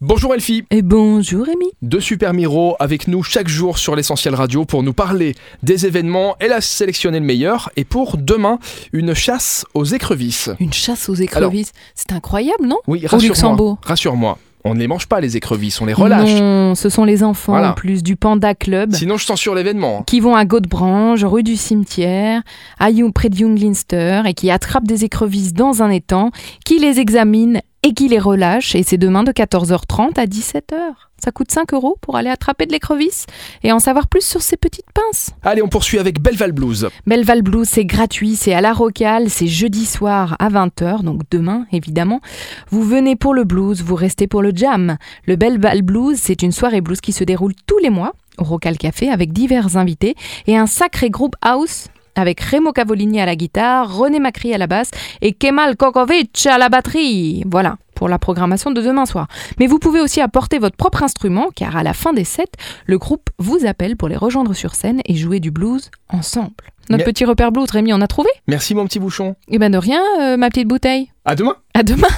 Bonjour Elfie Et Eh, bonjour Rémi. de Super Miro avec nous chaque jour sur l'essentiel radio pour nous parler des événements. Elle a sélectionné le meilleur et pour demain, une chasse aux écrevisses. Une chasse aux écrevisses, c'est incroyable, non Oui, rassure-moi. Luxembourg. Rassure-moi, on ne les mange pas les écrevisses, on les relâche. Non, ce sont les enfants Voilà. en plus du Panda Club Sinon je censure l'événement. qui vont à Godebranche, rue du cimetière, à Young- près de Junglinster et qui attrapent des écrevisses dans un étang, qui les examinent et qui les relâchent. Et c'est demain de 14h30 à 17h. Ça coûte 5 euros pour aller attraper de l'écrevisse et en savoir plus sur ces petites pinces. Allez, on poursuit avec Belval Blues. Belval Blues, c'est gratuit, c'est à la Rocale, c'est jeudi soir à 20h, donc demain évidemment. Vous venez pour le blues, vous restez pour le jam. Le Belval Blues, c'est une soirée blues qui se déroule tous les mois au Rocale Café avec divers invités et un sacré groupe house avec Remo Cavolini à la guitare, René Macri à la basse et Kemal Kokovic à la batterie. Voilà pour la programmation de demain soir. Mais vous pouvez aussi apporter votre propre instrument car à la fin des sets, le groupe vous appelle pour les rejoindre sur scène et jouer du blues ensemble. Notre Mais- petit repère blues, Rémi, on a trouvé Merci mon petit bouchon. Eh ben de rien, euh, ma petite bouteille. À demain. À demain